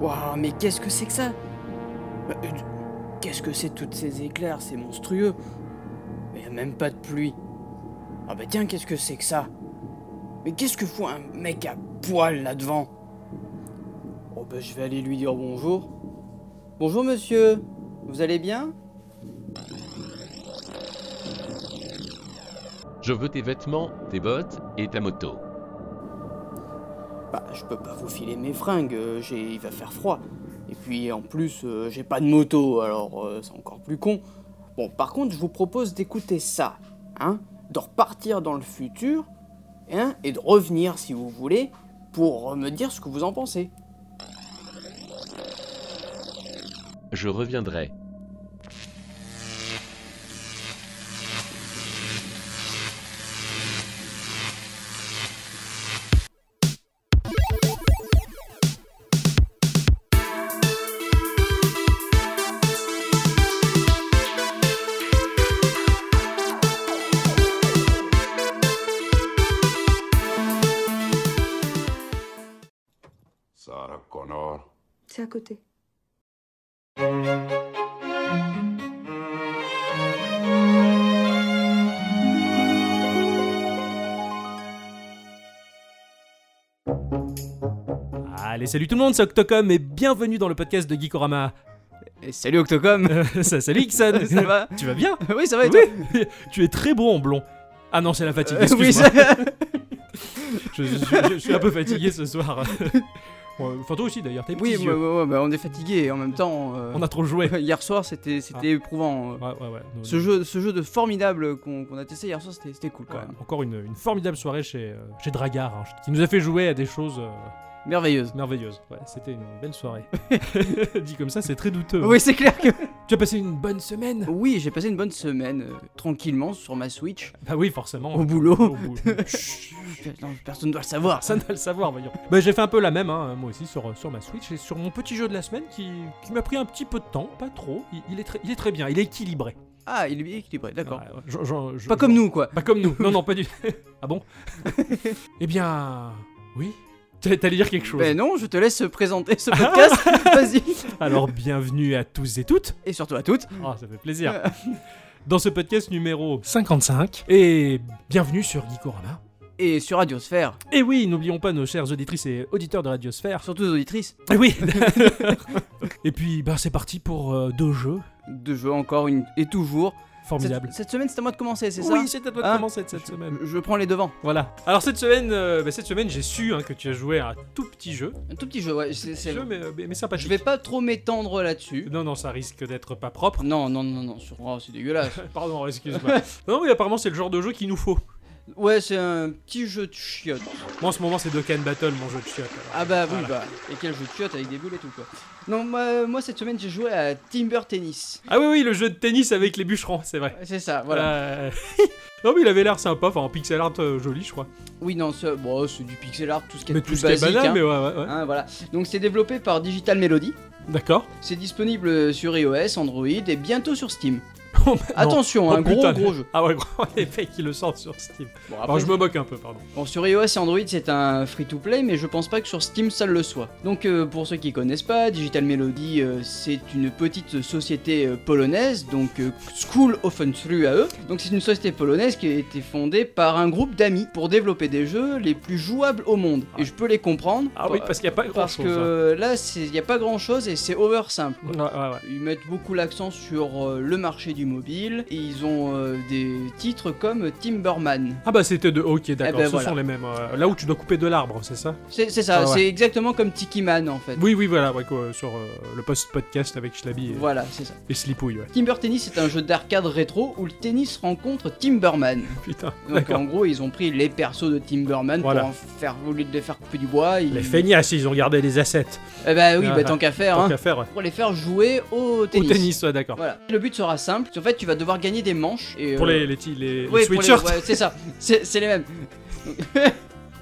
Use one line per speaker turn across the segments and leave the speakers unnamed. Waouh, mais qu'est-ce que c'est que ça Euh, euh, Qu'est-ce que c'est toutes ces éclairs C'est monstrueux. Mais y a même pas de pluie. Ah bah tiens, qu'est-ce que c'est que ça Mais qu'est-ce que fout un mec à poil là-devant Oh bah je vais aller lui dire bonjour. Bonjour monsieur, vous allez bien
Je veux tes vêtements, tes bottes et ta moto.
Bah je peux pas vous filer mes fringues, euh, j'ai- il va faire froid. Et puis en plus euh, j'ai pas de moto, alors euh, c'est encore plus con. Bon par contre je vous propose d'écouter ça, hein, de repartir dans le futur, hein, et de revenir si vous voulez, pour euh, me dire ce que vous en pensez.
Je reviendrai.
Sarah Connor.
C'est à côté.
Allez, salut tout le monde, c'est Octocom et bienvenue dans le podcast de Geekorama.
salut Octocom
Euh, ça- salut Ixon
Ça va
Tu vas bien
Oui, ça va et
Oui. Tu es très bon en blond. Ah non, c'est la fatigue,
toi Euh,
excuse-moi.
ça-
je, je- je- je suis un peu fatigué ce soir. Ouais, Enfin, toi aussi d'ailleurs, t'es
Oui,
petits
ouais,
yeux.
ouais, ouais, bah, on est fatigué et en même temps. euh,
On a trop joué.
Hier soir, c'était c'était
Ah.
éprouvant. euh.
Ouais, ouais, ouais. Non,
Ce jeu, ce jeu de formidable qu'on qu'on a testé hier soir, c'était c'était cool quand
ouais,
même.
Encore une, une formidable soirée chez, euh, chez Dragard, hein, qui nous a fait jouer à des choses euh,
Merveilleuse.
merveilleuses. Ouais, c'était une belle soirée. Dit comme ça, c'est très douteux. hein.
Oui, c'est clair que.
Tu as passé une bonne semaine
Oui, j'ai passé une bonne semaine euh, tranquillement sur ma Switch,
Bah oui, forcément.
au boulot.
Au bout- Chut.
Non, personne ne doit le savoir.
Personne ne va le savoir, voyons. Bah, j'ai fait un peu la même, hein, moi aussi, sur, sur ma Switch et sur mon petit jeu de la semaine qui, qui m'a pris un petit peu de temps, pas trop. Il, il est, très, il est très bien, il est équilibré.
Ah, il est bien équilibré, d'accord.
Ouais, ouais, je- je- je-
Pas
je-
comme nous, quoi.
Pas comme nous, non, non, pas du Ah bon Eh bien, oui. T'a- T'allais dire quelque chose.
Mais Ben non, je te laisse présenter ce podcast. Vas-y.
Alors, bienvenue à tous et toutes.
Et surtout à toutes.
Ah, ça fait plaisir. Dans ce podcast numéro 55. Et bienvenue sur Geekorama.
Et sur Radiosphère.
Et oui, n'oublions pas nos chères auditrices et auditeurs de Radiosphère.
Surtout aux auditrices.
Eh oui Et puis, bah, c'est parti pour euh, deux jeux.
De jeux encore une et toujours. Cette,
formidables.
cette semaine, c'est à moi de commencer, c'est
oui,
ça
c'est à toi de
Hein
commencer cette semaine.
je, je prends les devants.
Voilà. Alors cette semaine, euh, bah, cette semaine, j'ai su hein, que tu as joué à un tout petit jeu.
Un tout petit jeu, ouais. c'est-
Petit
c'est-
jeu, mais, euh, mais, mais sympathique.
Je vais pas trop m'étendre là-dessus.
Non, non, ça risque d'être pas propre.
Non, non, non, non, sur... oh, c'est dégueulasse.
Pardon, excuse-moi. non, mais apparemment, c'est le genre de jeu qu'il nous faut.
Ouais, c'est un petit jeu de chiottes.
Moi, en ce moment, c'est Dokkan Battle, mon jeu de chiottes. alors.
Ah bah oui,
Voilà.
bah. Et quel jeu de chiottes avec des boules et tout, quoi. Non, moi, moi, cette semaine, j'ai joué à Timber Tennis.
Ah oui, oui, le jeu de tennis avec les bûcherons, c'est vrai.
C'est ça, voilà.
Euh, non, mais il avait l'air sympa. Enfin, en pixel art euh, joli, je crois.
Oui, non, c'est bon, c'est du pixel art, tout ce qui est
mais
le
tout
plus
ce qui est
basique.
banal,
hein.
mais ouais, ouais, ouais.
Hein, voilà. Donc, c'est développé par Digital Melody.
D'accord.
C'est disponible sur iOS, Android et bientôt sur Steam.
Oh, mais non.
Attention,
Oh,
un gros
putain.
gros jeu.
Ah ouais, gros, les mecs, ils le sortent sur Steam.
Bon,
Enfin,
après,
je me moque un peu, pardon.
Bon, sur iOS et Android, c'est un free-to-play, mais je pense pas que sur Steam ça le soit. Donc, euh, pour ceux qui connaissent pas, Digital Melody, euh, c'est une petite société euh, polonaise, donc euh, School of Through à eux. Donc, c'est une société polonaise qui a été fondée par un groupe d'amis pour développer des jeux les plus jouables au monde. Et je peux les comprendre.
Ah oui, parce qu'il n'y a pas grand
parce
chose.
que là, il n'y a pas grand chose et c'est over simple.
Ouais, ouais, ouais.
Ils mettent beaucoup l'accent sur euh, le marché du mobile et ils ont euh, des titres comme Timberman.
Ah bah c'était de... Ok, d'accord,
ben
ce
voilà.
sont les mêmes. euh, là où tu dois couper de l'arbre, c'est ça
C'est c'est ça,
Ah ouais.
c'est exactement comme Tiki Man en fait.
Oui, oui, voilà, ouais, quoi, sur euh, le post-podcast avec Schlabi et,
Voilà, c'est ça.
et Slipouille, ouais.
Timber Tennis est un jeu d'arcade rétro où le tennis rencontre Timberman.
Putain,
Donc
d'accord.
en gros, ils ont pris les persos de Timberman
Voilà.
pour en faire voler de les faire couper du bois. Ils...
Les feignasses, ils ont gardé les assets.
Eh bah oui,
Ah,
bah, tant qu'à faire,
Tant
hein.
qu'à faire, ouais.
Pour les faire jouer au tennis.
Au tennis, ouais, d'accord.
Voilà. Le but sera simple. En fait, tu vas devoir gagner des manches. Et,
Pour
euh,
les, les, ti- les, les
ouais, pour les-
sweatshirts.
ouais, c'est ça. C'est c'est les mêmes.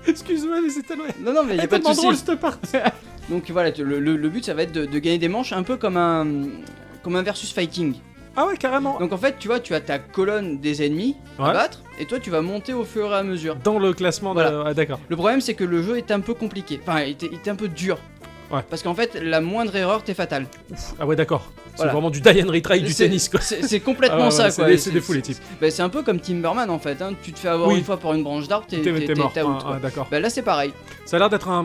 Excuse-moi, mais c'est tellement...
Non, non, mais il
Elle
a
est
pas de
Ah, tellement
soucis.
drôle cette partie.
Donc voilà, tu- le, le- le but ça va être de, de gagner des manches un peu comme un comme un versus fighting.
ah ouais, carrément.
Donc en fait, tu vois, tu as ta colonne des ennemis à
Ouais.
battre et toi tu vas monter au fur et à mesure.
Dans le classement, de-
Voilà.
ah, d'accord.
Le problème c'est que le jeu est un peu compliqué. Enfin, il était, il était un peu dur.
Ouais.
Parce qu'en fait, la moindre erreur, t'es fatal.
Ah ouais, d'accord. C'est
Voilà.
vraiment du die and retry du
C'est-
tennis, quoi.
C'est c'est
Ah ouais,
complètement
ouais,
ça,
c'est
quoi.
des- c'est des fous, les types.
c'est- ben, c'est un peu comme Timberman, en fait. hein. Tu te fais avoir
Oui.
une fois par une branche d'arbre, t'es
T'es
t'es- t'es
t'es mort.
out,
Ah,
quoi.
ah, d'accord.
Ben, là, c'est pareil.
Ça a l'air d'être un,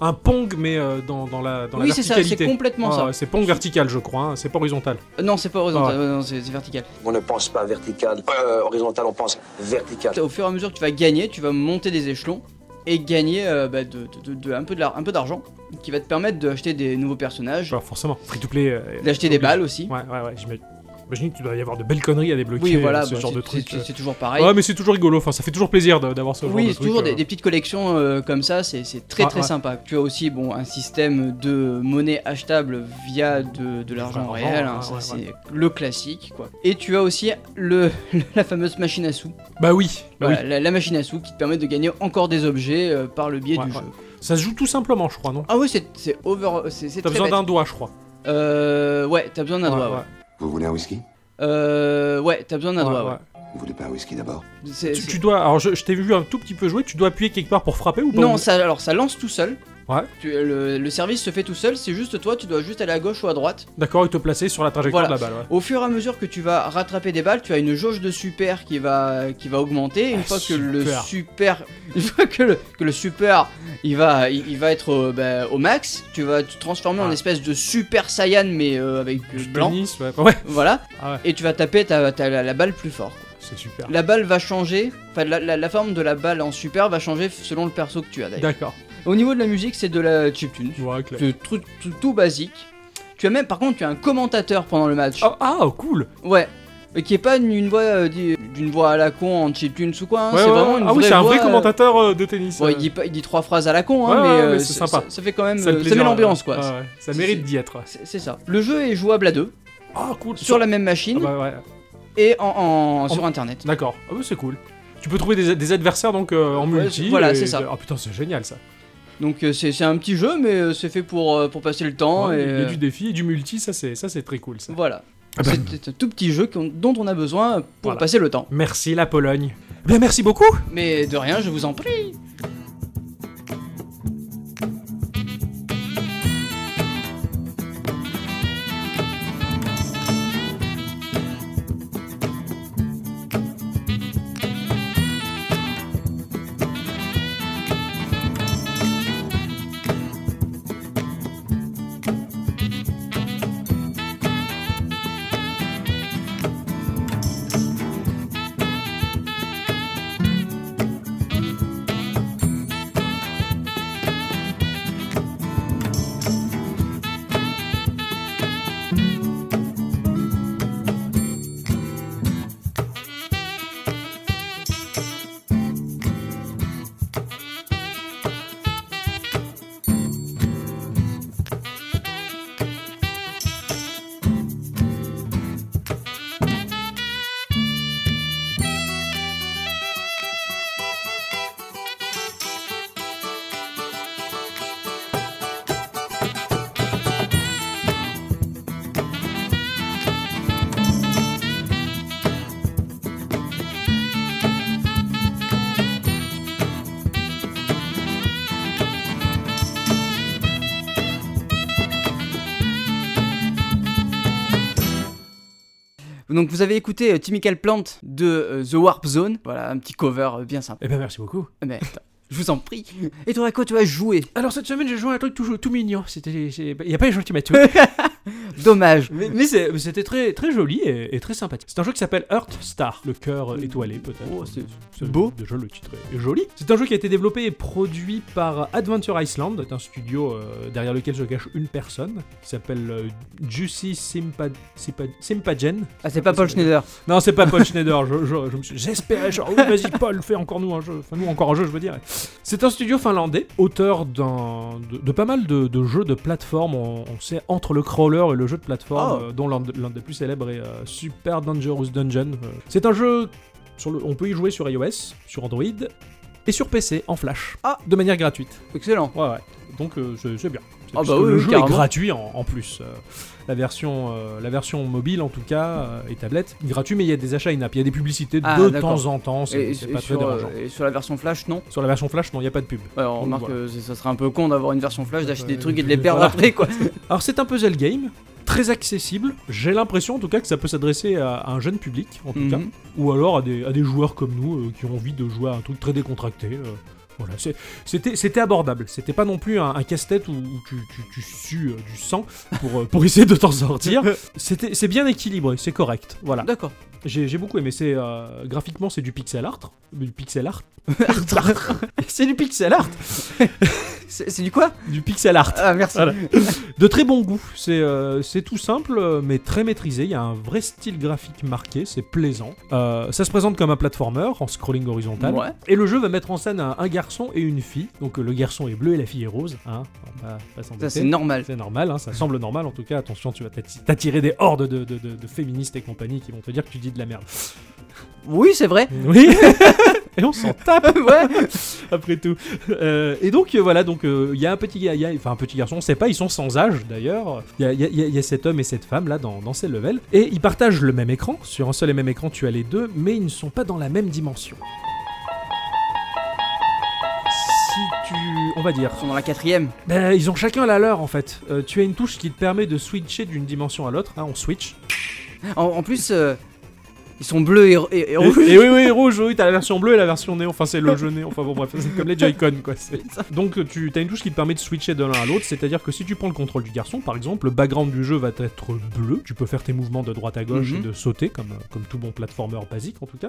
un pong, mais euh, dans, dans la, dans
oui,
la
c'est ça,
verticalité.
c'est complètement
Ah,
ça.
ouais, c'est pong vertical, je crois. hein, C'est pas horizontal.
Euh, Non, c'est pas
Ah
horizontal, euh, non, c'est c'est vertical.
On ne pense pas vertical, euh, horizontal, on pense vertical.
Au fur et à mesure que tu vas gagner, tu vas monter des échelons et gagner euh, bah, de, de- de- de- un peu de la- un peu d'argent qui va te permettre d'acheter des nouveaux personnages,
Bah, forcément. Free to play. euh,
d'acheter
obligé.
des balles aussi.
Ouais, ouais, ouais. j'imagine- J'imagine que tu dois y avoir de belles conneries à débloquer.
Oui, voilà,
euh, ce
bah,
genre
c'est-
de
c'est-
truc.
c'est
euh.
c'est toujours pareil.
Ouais, mais c'est toujours rigolo. Enfin, ça fait toujours plaisir de- d'avoir ce genre de
Oui,
truc.
c'est toujours des,
euh.
des petites collections euh, comme ça, c'est c'est très
Ah,
très
ouais.
sympa. Tu as aussi bon, un système de monnaie achetable via de, de l'argent
L'argent,
réel, hein,
ouais,
ça,
ouais,
c'est le classique. quoi. Et tu as aussi le, la fameuse machine à sous,
Bah oui. Bah
Voilà, la, la machine à sous qui te permet de gagner encore des objets euh, par le biais
Ouais,
du
ouais.
jeu.
oui. Ça se joue tout simplement, je crois, non
Ah oui, c'est c'est over. c'est- c'est
T'as
très
besoin
bête.
d'un doigt, je crois.
Euh, ouais, t'as besoin d'un
Ouais,
doigt. Ouais.
ouais.
Vous voulez un whisky
Euh, ouais, t'as besoin d'un
Ouais,
doigt.
ouais.
Ouais.
Vous voulez pas un whisky d'abord
C'est-
Tu,
c'est-
tu dois. Alors, je, je t'ai vu un tout petit peu jouer. Tu dois appuyer quelque part pour frapper ou pas
Non, ça, alors ça lance tout seul.
Ouais.
Tu- le, le service se fait tout seul. C'est juste toi, tu dois juste aller à gauche ou à droite.
D'accord, et te placer sur la trajectoire
Voilà.
de la balle. ouais.
Au fur et à mesure que tu vas rattraper des balles, tu as une jauge de super qui va, qui va augmenter. Une
Ah,
fois que le
super.
super, une fois que le, que le super, il va, il, il va être euh, bah, au max. Tu vas te transformer en
Ouais.
espèce de super saiyan mais euh, avec du
Du
blanc.
tennis, ouais. Ouais,
Voilà.
Ah ouais.
Et tu vas taper ta, ta- la, la balle plus fort. quoi.
c'est super.
La balle va changer. Enfin, la, la- la forme de la balle en super va changer f- selon le perso que tu as. d'ailleurs.
D'accord.
Au niveau de la musique, c'est de la chiptune.
Ouais, clair.
C'est tout, tout- tout basique. Tu as même, par contre, tu as un commentateur pendant le match.
Ah, ah, cool.
Ouais. Mais qui est pas une, une voix euh, di- d'une voix à la con en chiptune ou quoi. hein.
Ouais,
c'est
ouais,
vraiment
ouais.
une
ah oui,
vraie
c'est un vrai
voix, euh,
commentateur euh, de tennis.
Bon,
euh.
il dit, pas- il dit trois phrases à la con, hein,
Ouais,
mais,
ouais, mais
euh,
c'est
ça-
sympa.
Ça, ça fait quand même,
Ça, le
euh, ça
plaisir,
met
ouais.
l'ambiance quoi.
Ah ouais, Ça
C'est-
mérite
c'est-
d'y être.
C'est c'est ça. Le jeu est jouable à deux
Ah cool.
sur la même machine
Ah bah ouais.
et en, en- sur
En-
internet.
D'accord. Ah bah c'est cool. Tu peux trouver des, des adversaires donc euh, en
Ouais,
multi.
c'est- voilà,
et-
c'est ça.
Ah putain, c'est génial ça.
Donc euh, c'est c'est un petit jeu, mais euh, c'est fait pour euh, pour passer le temps
Ouais,
et
Il y a du
euh,
défi Oh, et du multi, ça c'est ça c'est très cool ça.
voilà.
Ah bah.
C'est un tout petit jeu qu'on- dont on a besoin pour
Voilà.
passer le temps.
Merci la Pologne. Bien Eh ben, merci beaucoup.
Mais de rien, je vous en prie. Donc vous avez écouté euh, Chemical Plant de euh, The Warp Zone, voilà un petit cover euh, bien sympa.
Eh ben merci beaucoup.
Mais attends, je vous en prie. Et toi à quoi tu as joué
Alors cette semaine j'ai joué à un truc tout, tout mignon. C'était c'est- il y a pas les gens qui m'ont tout.
Dommage.
mais mais c'est- mais c'était très très joli et, et très sympathique. C'est un jeu qui s'appelle Earth Star, le cœur euh, étoilé peut-être.
Oh, c'est-
C'est
Beau.
Déjà, le titre est joli. C'est un jeu qui a été développé et produit par Adventure Iceland, un studio euh, derrière lequel se cache une personne, qui s'appelle euh, Juicy Simpa- Simpa- Simpagen.
Ah c'est pas Paul Schneider.
Non, c'est pas Paul Schneider, je- je- je me suis- j'espérais, genre, oui, vas-y Paul, fais encore nous un jeu, enfin nous encore un jeu, je veux dire. C'est un studio finlandais, auteur d'un- de, de pas mal de, de jeux de plateforme, on, on sait, entre le crawler et le jeu de plateforme,
Oh.
euh, dont l'un de- l'un des plus célèbres est euh, Super Dangerous Dungeon. Euh, C'est un jeu, sur le, on peut y jouer sur iOS, sur Android, et sur PC en flash.
Ah.
De manière gratuite.
Excellent.
Ouais, ouais. Donc euh, c'est c'est bien. C'est-
Ah
parce
bah
que
oui,
le
oui,
jeu
carrément.
est gratuit en, en plus. Euh, la, version, euh, la version mobile en tout cas euh, et tablette, gratuit, mais il y a des achats in-app. Il y a des publicités
Ah,
de
d'accord.
temps en temps, c'est
Et,
c'est
et
pas très
sur, euh,
dérangeant.
et sur la version Flash, non.
Sur la version flash, non, il n'y a pas de pub.
Ouais, on
Donc,
remarque
voilà.
que ça serait un peu con d'avoir une version Flash, d'acheter
Ouais,
des trucs et de les
puis
perdre
voilà.
après, quoi.
Alors c'est un puzzle game, très accessible. J'ai l'impression en tout cas que ça peut s'adresser à, à un jeune public, en tout cas.
Mhm.
ou alors à des, à des joueurs comme nous euh, qui ont envie de jouer à un truc très décontracté. euh, voilà, C'est- c'était c'était abordable. C'était pas non plus un, un casse-tête où, où tu, tu, tu sues euh, du sang pour, euh, pour essayer de t'en sortir. C'était- C'est bien équilibré, c'est correct. Voilà.
Ah, D'accord.
J'ai j'ai beaucoup aimé. C'est euh, graphiquement c'est du pixel art, du pixel art, c'est du pixel art,
C'est c'est du quoi
du pixel art.
Ah, merci.
Voilà. De très bon goût. C'est euh, c'est tout simple, euh, mais très maîtrisé. Il y a un vrai style graphique marqué. C'est plaisant. Euh, ça se présente comme un platformer en scrolling horizontal.
Ouais.
Et le jeu va mettre en scène un, un garçon et une fille. Donc euh, le garçon est bleu et la fille est rose. Hein. On va pas s'embêter.
Ça, c'est normal.
C'est normal, hein, ça semble normal en tout cas. Attention, tu vas t'atti- t'attirer des hordes de, de- de- de féministes et compagnie qui vont te dire que tu dis de la merde.
Oui, c'est vrai.
Oui Et on s'en tape
ouais.
après tout. Euh, et donc euh, voilà, donc euh, il y a un petit, ga- il y a- enfin un petit garçon, on sait pas, ils sont sans âge d'ailleurs. Il y a, il y a- il y a- il y a cet homme et cette femme là dans, dans ces levels et ils partagent le même écran. Sur un seul et même écran, tu as les deux, mais ils ne sont pas dans la même dimension. Si tu, on va dire,
Ils sont dans la quatrième.
ben, ils ont chacun la leur en fait. Euh, tu as une touche qui te permet de switcher d'une dimension à l'autre. hein, on switch.
En, en plus, euh, ils sont bleus et, ro- et- et rouges.
Et, et oui, oui, rouge, oui, t'as la version bleue et la version néon. Enfin, c'est le jeu néon. Enfin, bon, bref, c'est comme les Joy-Con, quoi. c'est- Donc, tu as une touche qui te permet de switcher de l'un à l'autre. C'est-à-dire que si tu prends le contrôle du garçon, par exemple, le background du jeu va être bleu. Tu peux faire tes mouvements de droite à gauche
Mhm.
et de sauter, comme, euh, comme tout bon platformer basique, en tout cas.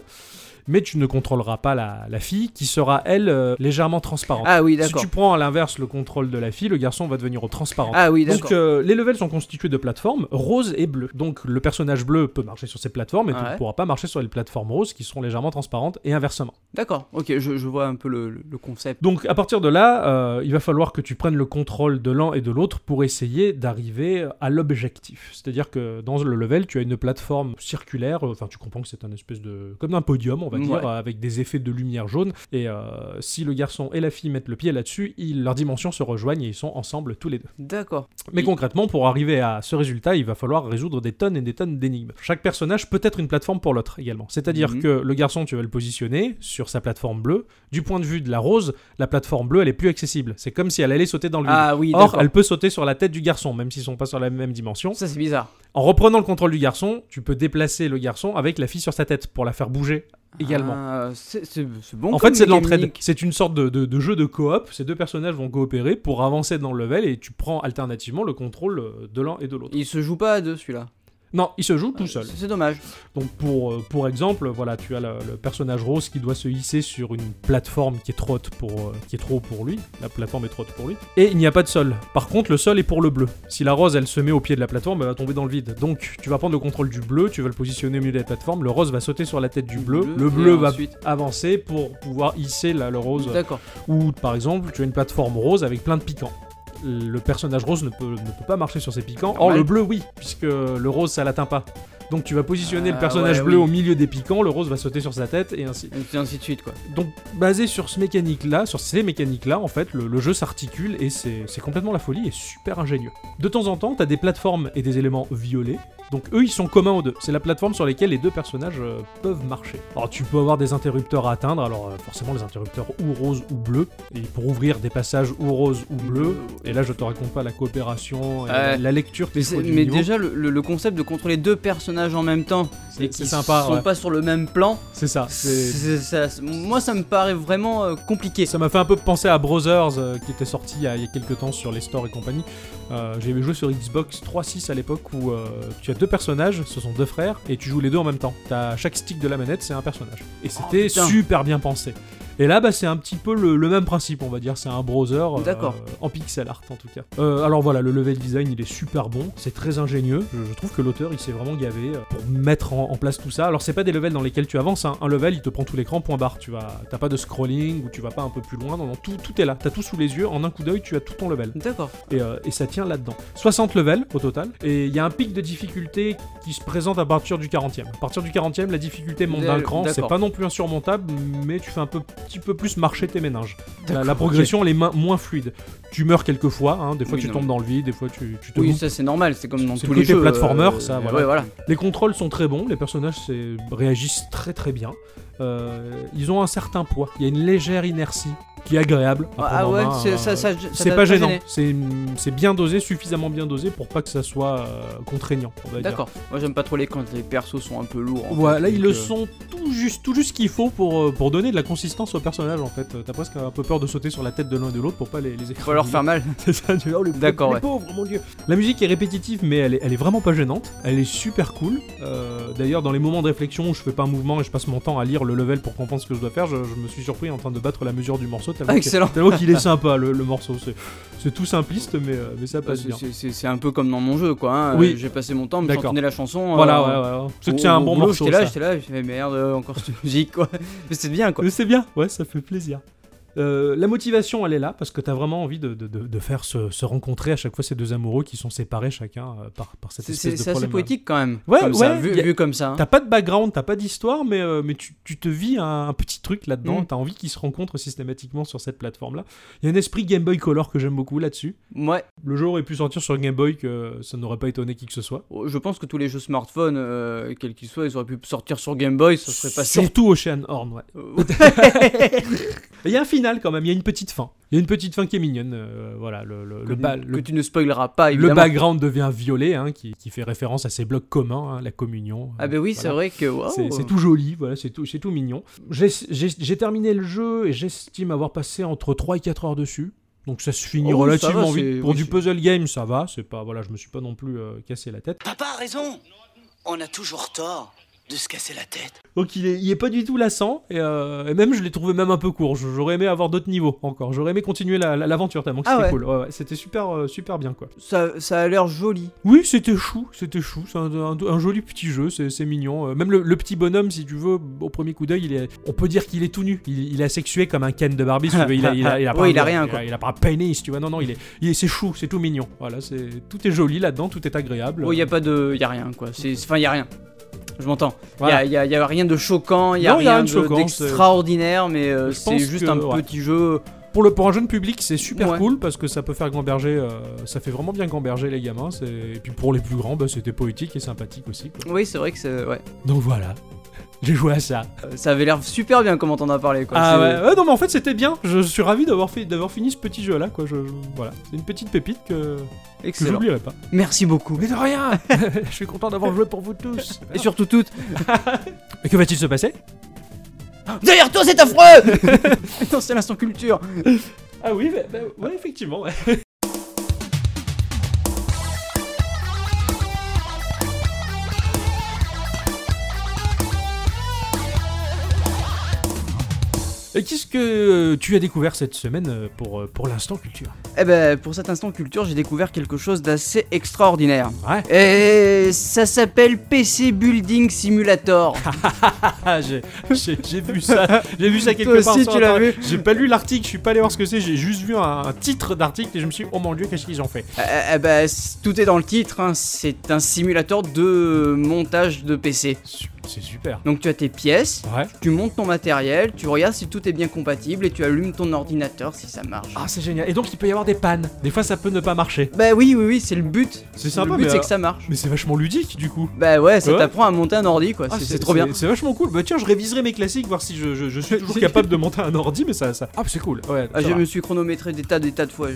Mais tu ne contrôleras pas la, la fille, qui sera, elle, euh, légèrement transparente.
Ah oui,
si
d'accord.
tu prends à l'inverse le contrôle de la fille, le garçon va devenir transparent.
Ah oui, d'accord.
Donc euh, les levels sont constitués de plateformes roses et bleues. Donc le personnage bleu peut marcher sur ces plateformes et tu
Ouais.
ne pourras pas marcher sur les plateformes roses qui seront légèrement transparentes et inversement.
D'accord. Ok, je, je vois un peu le, le- le concept.
Donc à partir de là, euh, il va falloir que tu prennes le contrôle de l'un et de l'autre pour essayer d'arriver à l'objectif. C'est-à-dire que dans le level, tu as une plateforme circulaire, euh, enfin tu comprends que c'est un espèce de... comme un podium, on va dire,
Ouais.
euh, avec des effets de lumière jaune. Et euh, si le garçon et la fille mettent le pied là-dessus, ils- leurs dimensions se rejoignent et ils sont ensemble tous les deux.
D'accord.
Mais concrètement, pour arriver à ce résultat, il va falloir résoudre des tonnes et des tonnes d'énigmes. Chaque personnage peut être une plateforme pour l'autre également. C'est-à-dire
Mhm.
que le garçon, tu vas le positionner sur sa plateforme bleue. Du point de vue de la rose, la plateforme bleue, elle est plus accessible. C'est comme si elle allait sauter dans le vide.
Ah oui,
Or,
d'accord.
elle peut sauter sur la tête du garçon, même s'ils sont pas sur la même dimension.
Ça, c'est bizarre.
En reprenant le contrôle du garçon, tu peux déplacer le garçon avec la fille sur sa tête pour la faire bouger également.
Ah, c'est c'est- c'est bon.
En
comme
fait, c'est de l'entraide.
mécanique.
C'est une sorte de, de- de jeu de coop. Ces deux personnages vont coopérer pour avancer dans le level et tu prends alternativement le contrôle euh, de l'un et de l'autre.
Il se joue pas à deux, celui-là. Euh,
Non, il se joue tout seul.
C'est c'est dommage.
Donc pour, euh, pour exemple, voilà, tu as le, le personnage rose qui doit se hisser sur une plateforme qui est trop haute pour euh, qui est trop haut pour lui. La plateforme est trop haute pour lui. Et il n'y a pas de sol. Par contre, le sol est pour le bleu. Si la rose elle se met au pied de la plateforme, elle va tomber dans le vide. Donc tu vas prendre le contrôle du bleu, tu vas le positionner au milieu de la plateforme. Le rose va sauter sur la tête du bleu. Le bleu
et
va
ensuite-
avancer pour pouvoir hisser la, le rose.
D'accord.
Ou par exemple, tu as une plateforme rose avec plein de piquants. Le personnage rose ne peut, ne peut pas marcher sur ces piquants. Or,
Normal.
le bleu, oui, puisque le rose, ça l'atteint pas. Donc, tu vas positionner
Ah,
le personnage
ouais,
bleu
oui.
au milieu des piquants, le rose va sauter sur sa tête, et ainsi.
Et ainsi de suite, quoi.
Donc, basé sur ce mécanique-là, sur ces mécaniques-là, en fait, le, le jeu s'articule et c'est c'est complètement la folie et super ingénieux. De temps en temps, t'as des plateformes et des éléments violets. Donc, eux, ils sont communs aux deux. C'est la plateforme sur laquelle les deux personnages euh, peuvent marcher. Alors, tu peux avoir des interrupteurs à atteindre. Alors, euh, forcément, les interrupteurs ou roses ou bleus. Et pour ouvrir des passages ou roses ou bleus. Et là, je te raconte pas la coopération et la-
Ouais.
la lecture
Mais,
qu'il faut
c'est-
du
mais
niveau.
déjà, le, le- le concept de contrôler deux personnages en même temps et
c'est c'est
qui
sympa.
sont
ouais.
pas sur le même plan,
C'est ça. c'est-
c'est- ça- c'est- moi ça me paraît vraiment euh, compliqué.
Ça m'a fait un peu penser à Brothers euh, qui était sorti il y a, il y a quelques temps sur les stores et compagnie. Euh, J'avais joué sur Xbox 3.6 à l'époque où euh, tu as deux personnages, ce sont deux frères, et tu joues les deux en même temps. T'as chaque stick de la manette, c'est un personnage. Et c'était
Oh, putain.
super bien pensé. Et là, bah, c'est un petit peu le, le même principe, on va dire. C'est un browser euh,
D'accord.
en pixel art, en tout cas. Euh, alors voilà, le level design, il est super bon. C'est très ingénieux. Je, je trouve que l'auteur, il s'est vraiment gavé euh, pour mettre en, en place tout ça. Alors, c'est pas des levels dans lesquels tu avances. hein. Un level, il te prend tout l'écran, point barre. Tu vas, t'as pas de scrolling ou tu vas pas un peu plus loin. Non, non, tout, tout est là. T'as tout sous les yeux. En un coup d'œil, tu as tout ton level.
D'accord.
Et, euh, et ça tient là-dedans. 60 levels au total. Et il y a un pic de difficulté qui se présente à partir du 40e. À partir du 40e, la difficulté monte d'un
Euh,
cran. C'est
d'accord.
pas non plus insurmontable, mais tu fais un peu, petit peu plus marcher tes méninges. La,
D'accord,
la progression, elle est main- moins fluide. Tu meurs quelques fois, hein, des fois
Oui,
tu
non,
tombes dans le vide, des fois tu, tu te
Oui,
loupes.
ça c'est normal, c'est comme dans
C'est
tous
le
les
côté
jeux. euh,
platformer, ça, voilà.
ouais, voilà.
Les contrôles sont très bons, les personnages c'est- réagissent très très bien. Euh, ils ont un certain poids, il y a une légère inertie qui est agréable. à
Ah
prendre en
ouais,
main,
c'est-
euh,
ça, ça, ça
c'est
t'a
pas gênant,
gêné.
c'est c'est bien dosé, suffisamment bien dosé pour pas que ça soit euh, contraignant. on va dire.
D'accord. Moi j'aime pas trop les quand les persos sont un peu lourds. en
Voilà,
fait,
là ils
donc,
le
euh,
sont tout juste, tout juste ce qu'il faut pour, euh, pour donner de la consistance au personnage en fait. Euh, T'as presque un peu peur de sauter sur la tête de l'un et de l'autre pour pas les, les
Faut leur faire mal.
C'est ça, tu vois, oh, les
D'accord,
les
ouais.
pauvres, mon dieu. La musique est répétitive, mais elle est, elle est vraiment pas gênante. Elle est super cool. Euh, D'ailleurs, dans les moments de réflexion où je fais pas un mouvement et je passe mon temps à lire le level pour comprendre ce que je dois faire, je, je me suis surpris en train de battre la mesure du morceau. Tellement
Ah,
que-
excellent.
tellement qu'il est sympa le, le morceau. C'est- C'est tout simpliste, mais, euh, mais ça
Bah,
passe
c'est-
bien.
c'est- C'est c'est un peu comme dans mon jeu quoi. hein.
Oui.
Euh, J'ai passé mon temps à me
D'accord.
chantonner la chanson.
Voilà,
euh,
ouais, ouais, ouais. C'est
au-
que c'est un
au
bon
boulot,
morceau.
J'étais là,
ça.
j'étais là, j'ai fait merde, euh, encore cette musique quoi. Mais c'est bien quoi.
Mais c'est bien, ouais, ça fait plaisir. Euh, la motivation, elle est là parce que t'as vraiment envie de, de- de- de faire se, se rencontrer à chaque fois ces deux amoureux qui sont séparés chacun euh, par, par cette
C'est- C'est
espèce de
c'est assez
problème. hein.
poétique quand même.
Ouais,
comme ça,
ouais,
vu,
y a-
vu comme ça. hein.
T'as pas de background, t'as pas d'histoire, mais, euh, mais tu, tu te vis un, un petit truc là-dedans.
Mm.
T'as envie qu'ils se rencontrent systématiquement sur cette plateforme-là. Il y a un esprit Game Boy Color que j'aime beaucoup là-dessus.
Ouais,
Le jeu aurait pu sortir sur Game Boy, que ça n'aurait pas étonné qui que ce soit.
je pense que tous les jeux smartphone, euh, quels qu'ils soient, ils auraient pu sortir sur Game Boy, ça serait passé.
Surtout Ocean Horn, ouais. Mais Il y a un final quand même, il y a une petite fin. Il y a une petite fin qui est mignonne. euh, voilà, le, le, le, ba-
que
le,
tu ne spoileras pas,
le
évidemment.
background devient violet, hein, qui, qui fait référence à ces blocs communs, hein, la communion.
Ah
euh,
bah oui,
voilà.
c'est vrai que... wow.
C'est c'est tout joli, voilà, c'est tout, c'est tout mignon. J'ai j'ai- j'ai terminé le jeu et j'estime avoir passé entre 3 et 4 heures dessus. Donc ça se finit
Oh oui, ça
relativement
va, c'est-
vite. Pour
oui,
du
c'est-
puzzle game, ça va. C'est pas, voilà, je me suis pas non plus euh, cassé la tête.
Papa a raison. On a toujours tort de se casser la tête.
Donc il est, il est pas du tout lassant. Et, euh, et même je l'ai trouvé même un peu court. Je- J'aurais aimé avoir d'autres niveaux encore. J'aurais aimé continuer la- la- l'aventure tellement que
Ah
c'était
ouais.
cool. Ouais, ouais, c'était super, euh, super bien quoi.
Ça, ça a l'air joli.
Oui, c'était chou, c'était chou. C'est un, un- un joli petit jeu, c'est c'est mignon. Euh, Même le, le petit bonhomme, si tu veux, au premier coup d'œil, il est, on peut dire qu'il est tout nu. Il, il est asexué comme un Ken de Barbie. si tu veux. Il a, il a, pas
Oui,
un-
il a rien, quoi.
Il a, il a pas un pénis, tu vois. Non, non, il est, il est, c'est chou, c'est tout mignon. Voilà, c'est tout est joli là-dedans, tout est agréable.
Bon, il Oh, y a pas de... y a rien, quoi. C'est- Enfin, il y a rien. Je m'entends. Il
Voilà.
y, a, y a rien de choquant, il y a
Non, y a
rien
rien de
de-
choquant,
d'extraordinaire, mais euh,
Je
c'est
pense
juste
que-
un
ouais.
petit jeu...
Pour le pour un jeune public, c'est super
Ouais.
cool parce que ça peut faire gamberger. euh, ça fait vraiment bien gamberger les gamins. c'est- Et puis pour les plus grands, bah, c'était poétique et sympathique aussi. quoi.
Oui, c'est vrai que c'est... Ouais.
Donc voilà, j'ai joué à ça.
Euh, Ça avait l'air super bien comment t'en as parlé, quoi.
Ah
C'est-
ouais, ouais, non mais en fait c'était bien, je suis ravi d'avoir fait d'avoir fini ce petit jeu là quoi, je, je- voilà, c'est une petite pépite que, que
Excellent.
j'oublierai pas.
Merci beaucoup.
Mais de rien, je suis content d'avoir joué pour vous tous.
Et surtout toutes.
Et que va-t-il se passer
Derrière toi, c'est affreux Non, c'est l'instant culture.
Ah oui, bah, bah, ouais effectivement. ouais. Et qu'est-ce que euh, tu as découvert cette semaine euh, pour, euh, pour l'instant culture
Eh ben, pour cet instant culture, j'ai découvert quelque chose d'assez extraordinaire.
Ouais.
Et ça s'appelle PC Building Simulator.
Ah, j'ai j'ai- j'ai vu ça, j'ai vu ça quelque
Toi
part.
aussi,
sur
tu l'as
Internet. J'ai pas lu l'article, je suis pas allé voir ce que c'est, j'ai juste vu un, un titre d'article et je me suis dit, oh mon dieu, qu'est-ce qu'ils ont fait
Eh, eh ben, c- tout est dans le titre. hein. C'est un simulateur de montage de PC.
Su- C'est super.
Donc tu as tes pièces,
Ouais.
tu montes ton matériel, tu regardes si tout est bien compatible et tu allumes ton ordinateur si ça marche.
Ah, c'est génial. Et donc, il peut y avoir des pannes. Des fois, ça peut ne pas marcher.
Bah oui, oui, oui, c'est le but.
C'est sympa,
Le but,
mais,
c'est
euh,
que ça marche.
Mais c'est vachement ludique, du coup.
Bah ouais, ça
Ouais.
t'apprend à monter un ordi, quoi.
Ah,
c'est c'est trop bien.
C'est vachement cool. Bah tiens, je réviserai mes classiques, voir si je, je- je suis toujours capable de monter un ordi, mais ça. ça... Ah, c'est cool. Ouais,
Ah,
ça
je
va.
me suis chronométré des tas, des tas de fois.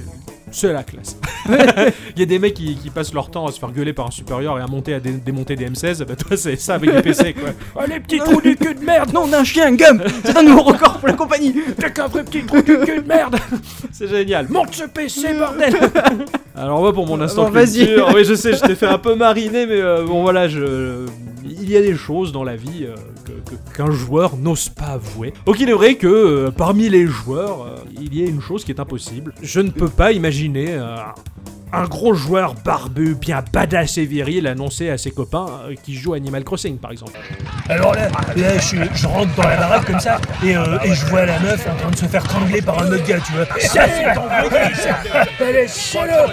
c'est la classe. Il y a des mecs qui, qui passent leur temps à se faire gueuler par un supérieur et à monter à dé- démonter des M16. Bah toi, c'est ça avec des PC, quoi. Oh, les petits trous du cul de merde
Non, on a un chien, Gum C'est un nouveau record pour la compagnie
Quelqu'un vrai petit trou du cul de merde C'est génial Monte ce PC, bordel Alors moi pour mon instant
Bon, vas-y.
culture, Ah oui je sais, je t'ai fait un peu mariner, mais euh, bon voilà, je... il y a des choses dans la vie euh, que- que- qu'un joueur n'ose pas avouer. Donc il est vrai que euh, parmi les joueurs, euh, il y a une chose qui est impossible. Je ne peux pas imaginer euh, un gros joueur barbu, bien badass et viril annoncer à ses copains euh, qui jouent à Animal Crossing par exemple.
Alors là, là, je, suis- je rentre dans la baraque comme ça et, euh, et je vois la meuf en train de se faire trembler par un autre gars, tu vois. Ça, c'est dangereux, ça Elle est salope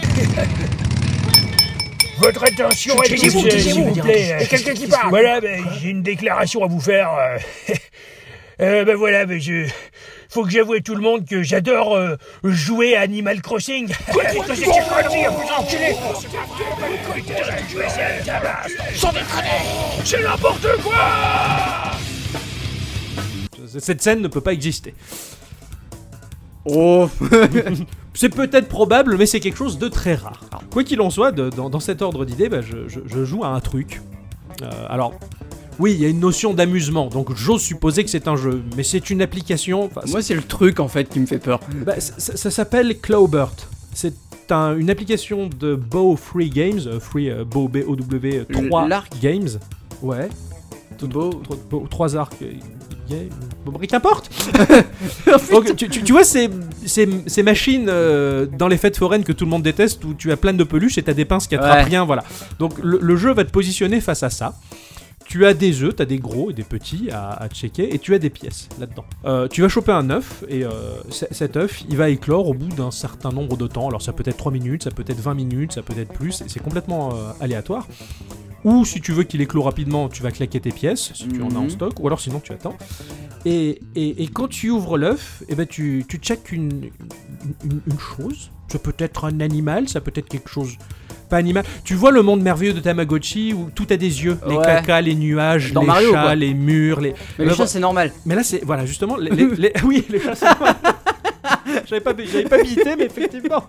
Votre attention est
Taisez-vous,
touchée,
taisez-vous,
s'il vous plaît.
Il y a quelqu'un qui parle.
Hein Voilà, ben, j'ai une déclaration à vous faire. euh, euh, ben voilà, ben je... faut que j'avoue à tout le monde que j'adore euh, jouer à Animal Crossing. Quoi tu te Sans déconner C'est n'importe quoi
Cette scène ne peut pas exister.
Oh
C'est peut-être probable, mais c'est quelque chose de très rare. Alors, quoi qu'il en soit, de- dans, dans cet ordre d'idées, bah, je, je- je joue à un truc. Euh, alors, oui, il y a une notion d'amusement, donc j'ose supposer que c'est un jeu, mais c'est une application. enfin,
Moi, c'est le truc en fait qui me fait peur.
Bah, ça ça s'appelle Clawbert. C'est un- une application de Bow Free Games, euh, Free euh, Bow B O W euh, 3
l'arc.
Games. Ouais.
Beau.
Trois, beau- trois arcs. euh, games. Bon, bref, qu'importe. Donc, tu, tu- tu vois ces, ces, ces machines euh, dans les fêtes foraines que tout le monde déteste où tu as plein de peluches et t'as des pinces qui attrapent
Ouais.
rien, voilà. Donc le, le jeu va te positionner face à ça. Tu as des œufs, t'as des gros et des petits à, à checker et tu as des pièces là-dedans. Euh, tu vas choper un œuf et euh, c- cet œuf, il va éclore au bout d'un certain nombre de temps. Alors ça peut être 3 minutes, ça peut être 20 minutes, ça peut être plus, et c'est complètement euh, aléatoire. Ou si tu veux qu'il éclore rapidement, tu vas claquer tes pièces, si tu en as en
Mhm.
stock, ou alors sinon tu attends. Et, et- et quand tu ouvres l'œuf, eh ben tu, tu checkes une, une, une chose. Ça peut être un animal, ça peut être quelque chose pas animal. Tu vois le monde merveilleux de Tamagotchi où tout a des yeux, les
Ouais.
cacas, les nuages,
Dans
les
Mario,
chats,
quoi.
les murs, les. Euh,
Mais le chat, c'est normal.
Mais là c'est voilà justement les, les- les- oui les chats. c'est- J'avais pas j'avais pas hésité, mais effectivement.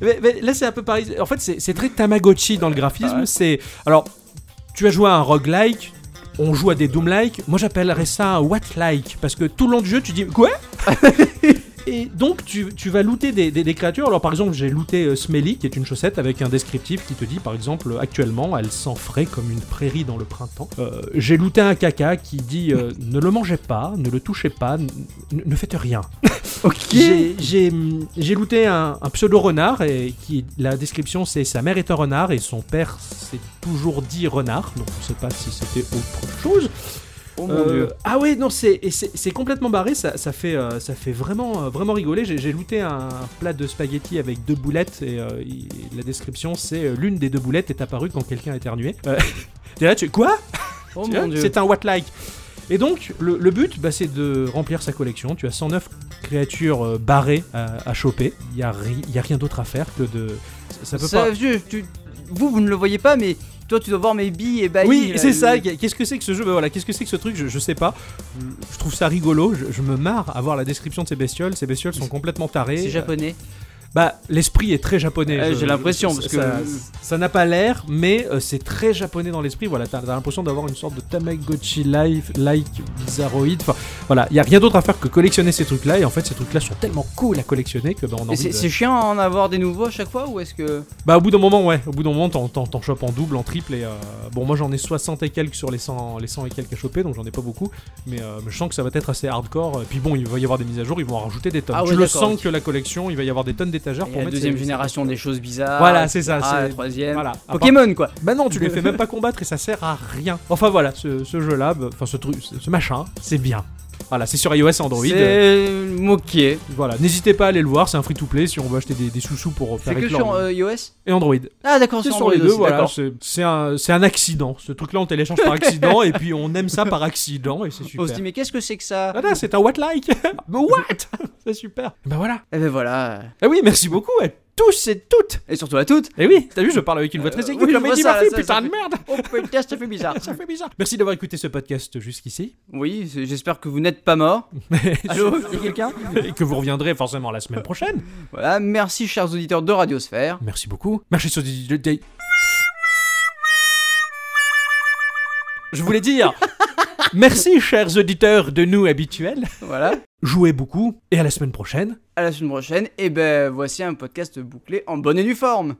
Mais- mais là c'est un peu pareil. En fait c'est c'est très Tamagotchi dans le graphisme.
Ah ouais.
C'est alors tu as joué à un roguelike. On joue à des Doom-like, moi j'appellerais ça un What-like, parce que tout le long du jeu tu dis Quoi Et donc, tu, tu vas looter des, des- des créatures. Alors, par exemple, j'ai looté euh, Smelly, qui est une chaussette avec un descriptif qui te dit, par exemple, euh, actuellement, elle sent frais comme une prairie dans le printemps. Euh, j'ai looté un caca qui dit, euh, ne le mangez pas, ne le touchez pas, n- n- ne faites rien.
Ok.
J'ai- J'ai j'ai looté un, un pseudo-renard, et qui, la description, c'est sa mère est un renard et son père s'est toujours dit renard. Donc, on ne sait pas si c'était autre chose.
Oh
Euh, Ah ouais, non, c'est et c'est- c'est complètement barré, ça, ça, fait, euh, ça fait vraiment, euh, vraiment rigoler. J'ai j'ai looté un plat de spaghettis avec deux boulettes et euh, il- la description c'est euh, l'une des deux boulettes est apparue quand quelqu'un a éternué. Euh, t'es là, tu quoi
Oh
Tu vois,
mon dieu.
C'est un what like. Et donc, le, le but, bah, c'est de remplir sa collection. Tu as 109 créatures euh, barrées à, à choper. Il n'y a, ri- y a rien d'autre à faire que de. Ça, ça peut
Ça,
pas.
vieux, tu- Vous, vous ne le voyez pas, mais toi, tu dois voir mes billes et euh, bailles.
Oui,
là,
c'est
le-
ça. Qu'est-ce que c'est que ce jeu Bah Voilà, qu'est-ce que c'est que ce truc je, je sais pas. Je trouve ça rigolo. Je, je me marre à voir la description de ces bestioles. Ces bestioles sont complètement tarées.
C'est japonais.
Bah, l'esprit est très japonais.
Euh,
Je-
j'ai l'impression,
je-
parce
ça-
que-
ça n'a pas l'air, mais euh, c'est très japonais dans l'esprit. Voilà, t'as t'as l'impression d'avoir une sorte de Tamagotchi life like bizarroïde. Enfin, voilà, il y a rien d'autre à faire que collectionner ces trucs-là. Et en fait, ces trucs-là sont tellement cool à collectionner que bah, on a
Et
envie
c'est
de-
c'est chiant à en avoir des nouveaux à chaque fois ou est-ce que.
Bah au bout d'un moment ouais, au bout d'un moment t'en, t'en- t'en chopes en double, en triple et euh, bon moi j'en ai 60 et quelques sur les 100, les 100 et quelques à choper donc j'en ai pas beaucoup mais euh, je sens que ça va être assez hardcore et puis bon il va y avoir des mises à jour, ils vont en rajouter des tonnes.
Ah
Je
ouais,
le
d'accord,
sens
ok.
que la collection, il va y avoir des tonnes d'étagères
Et
pour
la
mettre
deuxième
ces-
génération des choses bizarres.
Voilà, c'est ça,
Ah,
c'est-
la troisième.
Voilà. À part-
Pokémon quoi.
Bah non, tu les fais même pas combattre et ça sert à rien. Enfin voilà, ce, ce jeu là, enfin ce truc ce ce machin, c'est bien. Voilà, c'est sur iOS et Android. Euh,
C'est moqué.
Voilà, n'hésitez pas à aller le voir, c'est un free to play si on veut acheter des, des sous-sous pour faire
C'est que
éclore
sur
le-
euh, iOS
et Android.
Ah d'accord,
C'est
sur
sur les
Android
deux,
aussi,
voilà.
d'accord.
C'est c'est un, c'est un accident. Ce truc-là, on télécharge par accident et puis on aime ça par accident et c'est super.
On se dit mais qu'est-ce que c'est que ça
Voilà, c'est un what like. Mais what C'est super. Ben voilà.
Eh ben voilà.
Ah oui, merci beaucoup à tous et toutes.
Et surtout à toutes.
Et oui, t'as vu, je parle avec une voix très
Eh Euh,
aiguë
oui, je
comme
vois
Eddie
ça,
Murphy,
ça, ça
putain
fait-
de merde.
Oh putain, ça fait bizarre.
Ça fait bizarre. Merci d'avoir écouté ce podcast jusqu'ici
Oui, c'est- j'espère que vous n'êtes pas mort. Allô, c'est quelqu'un
et que vous reviendrez forcément la semaine prochaine.
Voilà, merci chers auditeurs de Radiosphère.
Merci beaucoup. Marchez sur des- des- des- Je voulais dire. Merci, chers auditeurs de nous habituels.
Voilà.
jouez beaucoup et à la semaine prochaine.
À la semaine prochaine. Et ben voici un podcast bouclé en bonne et due forme.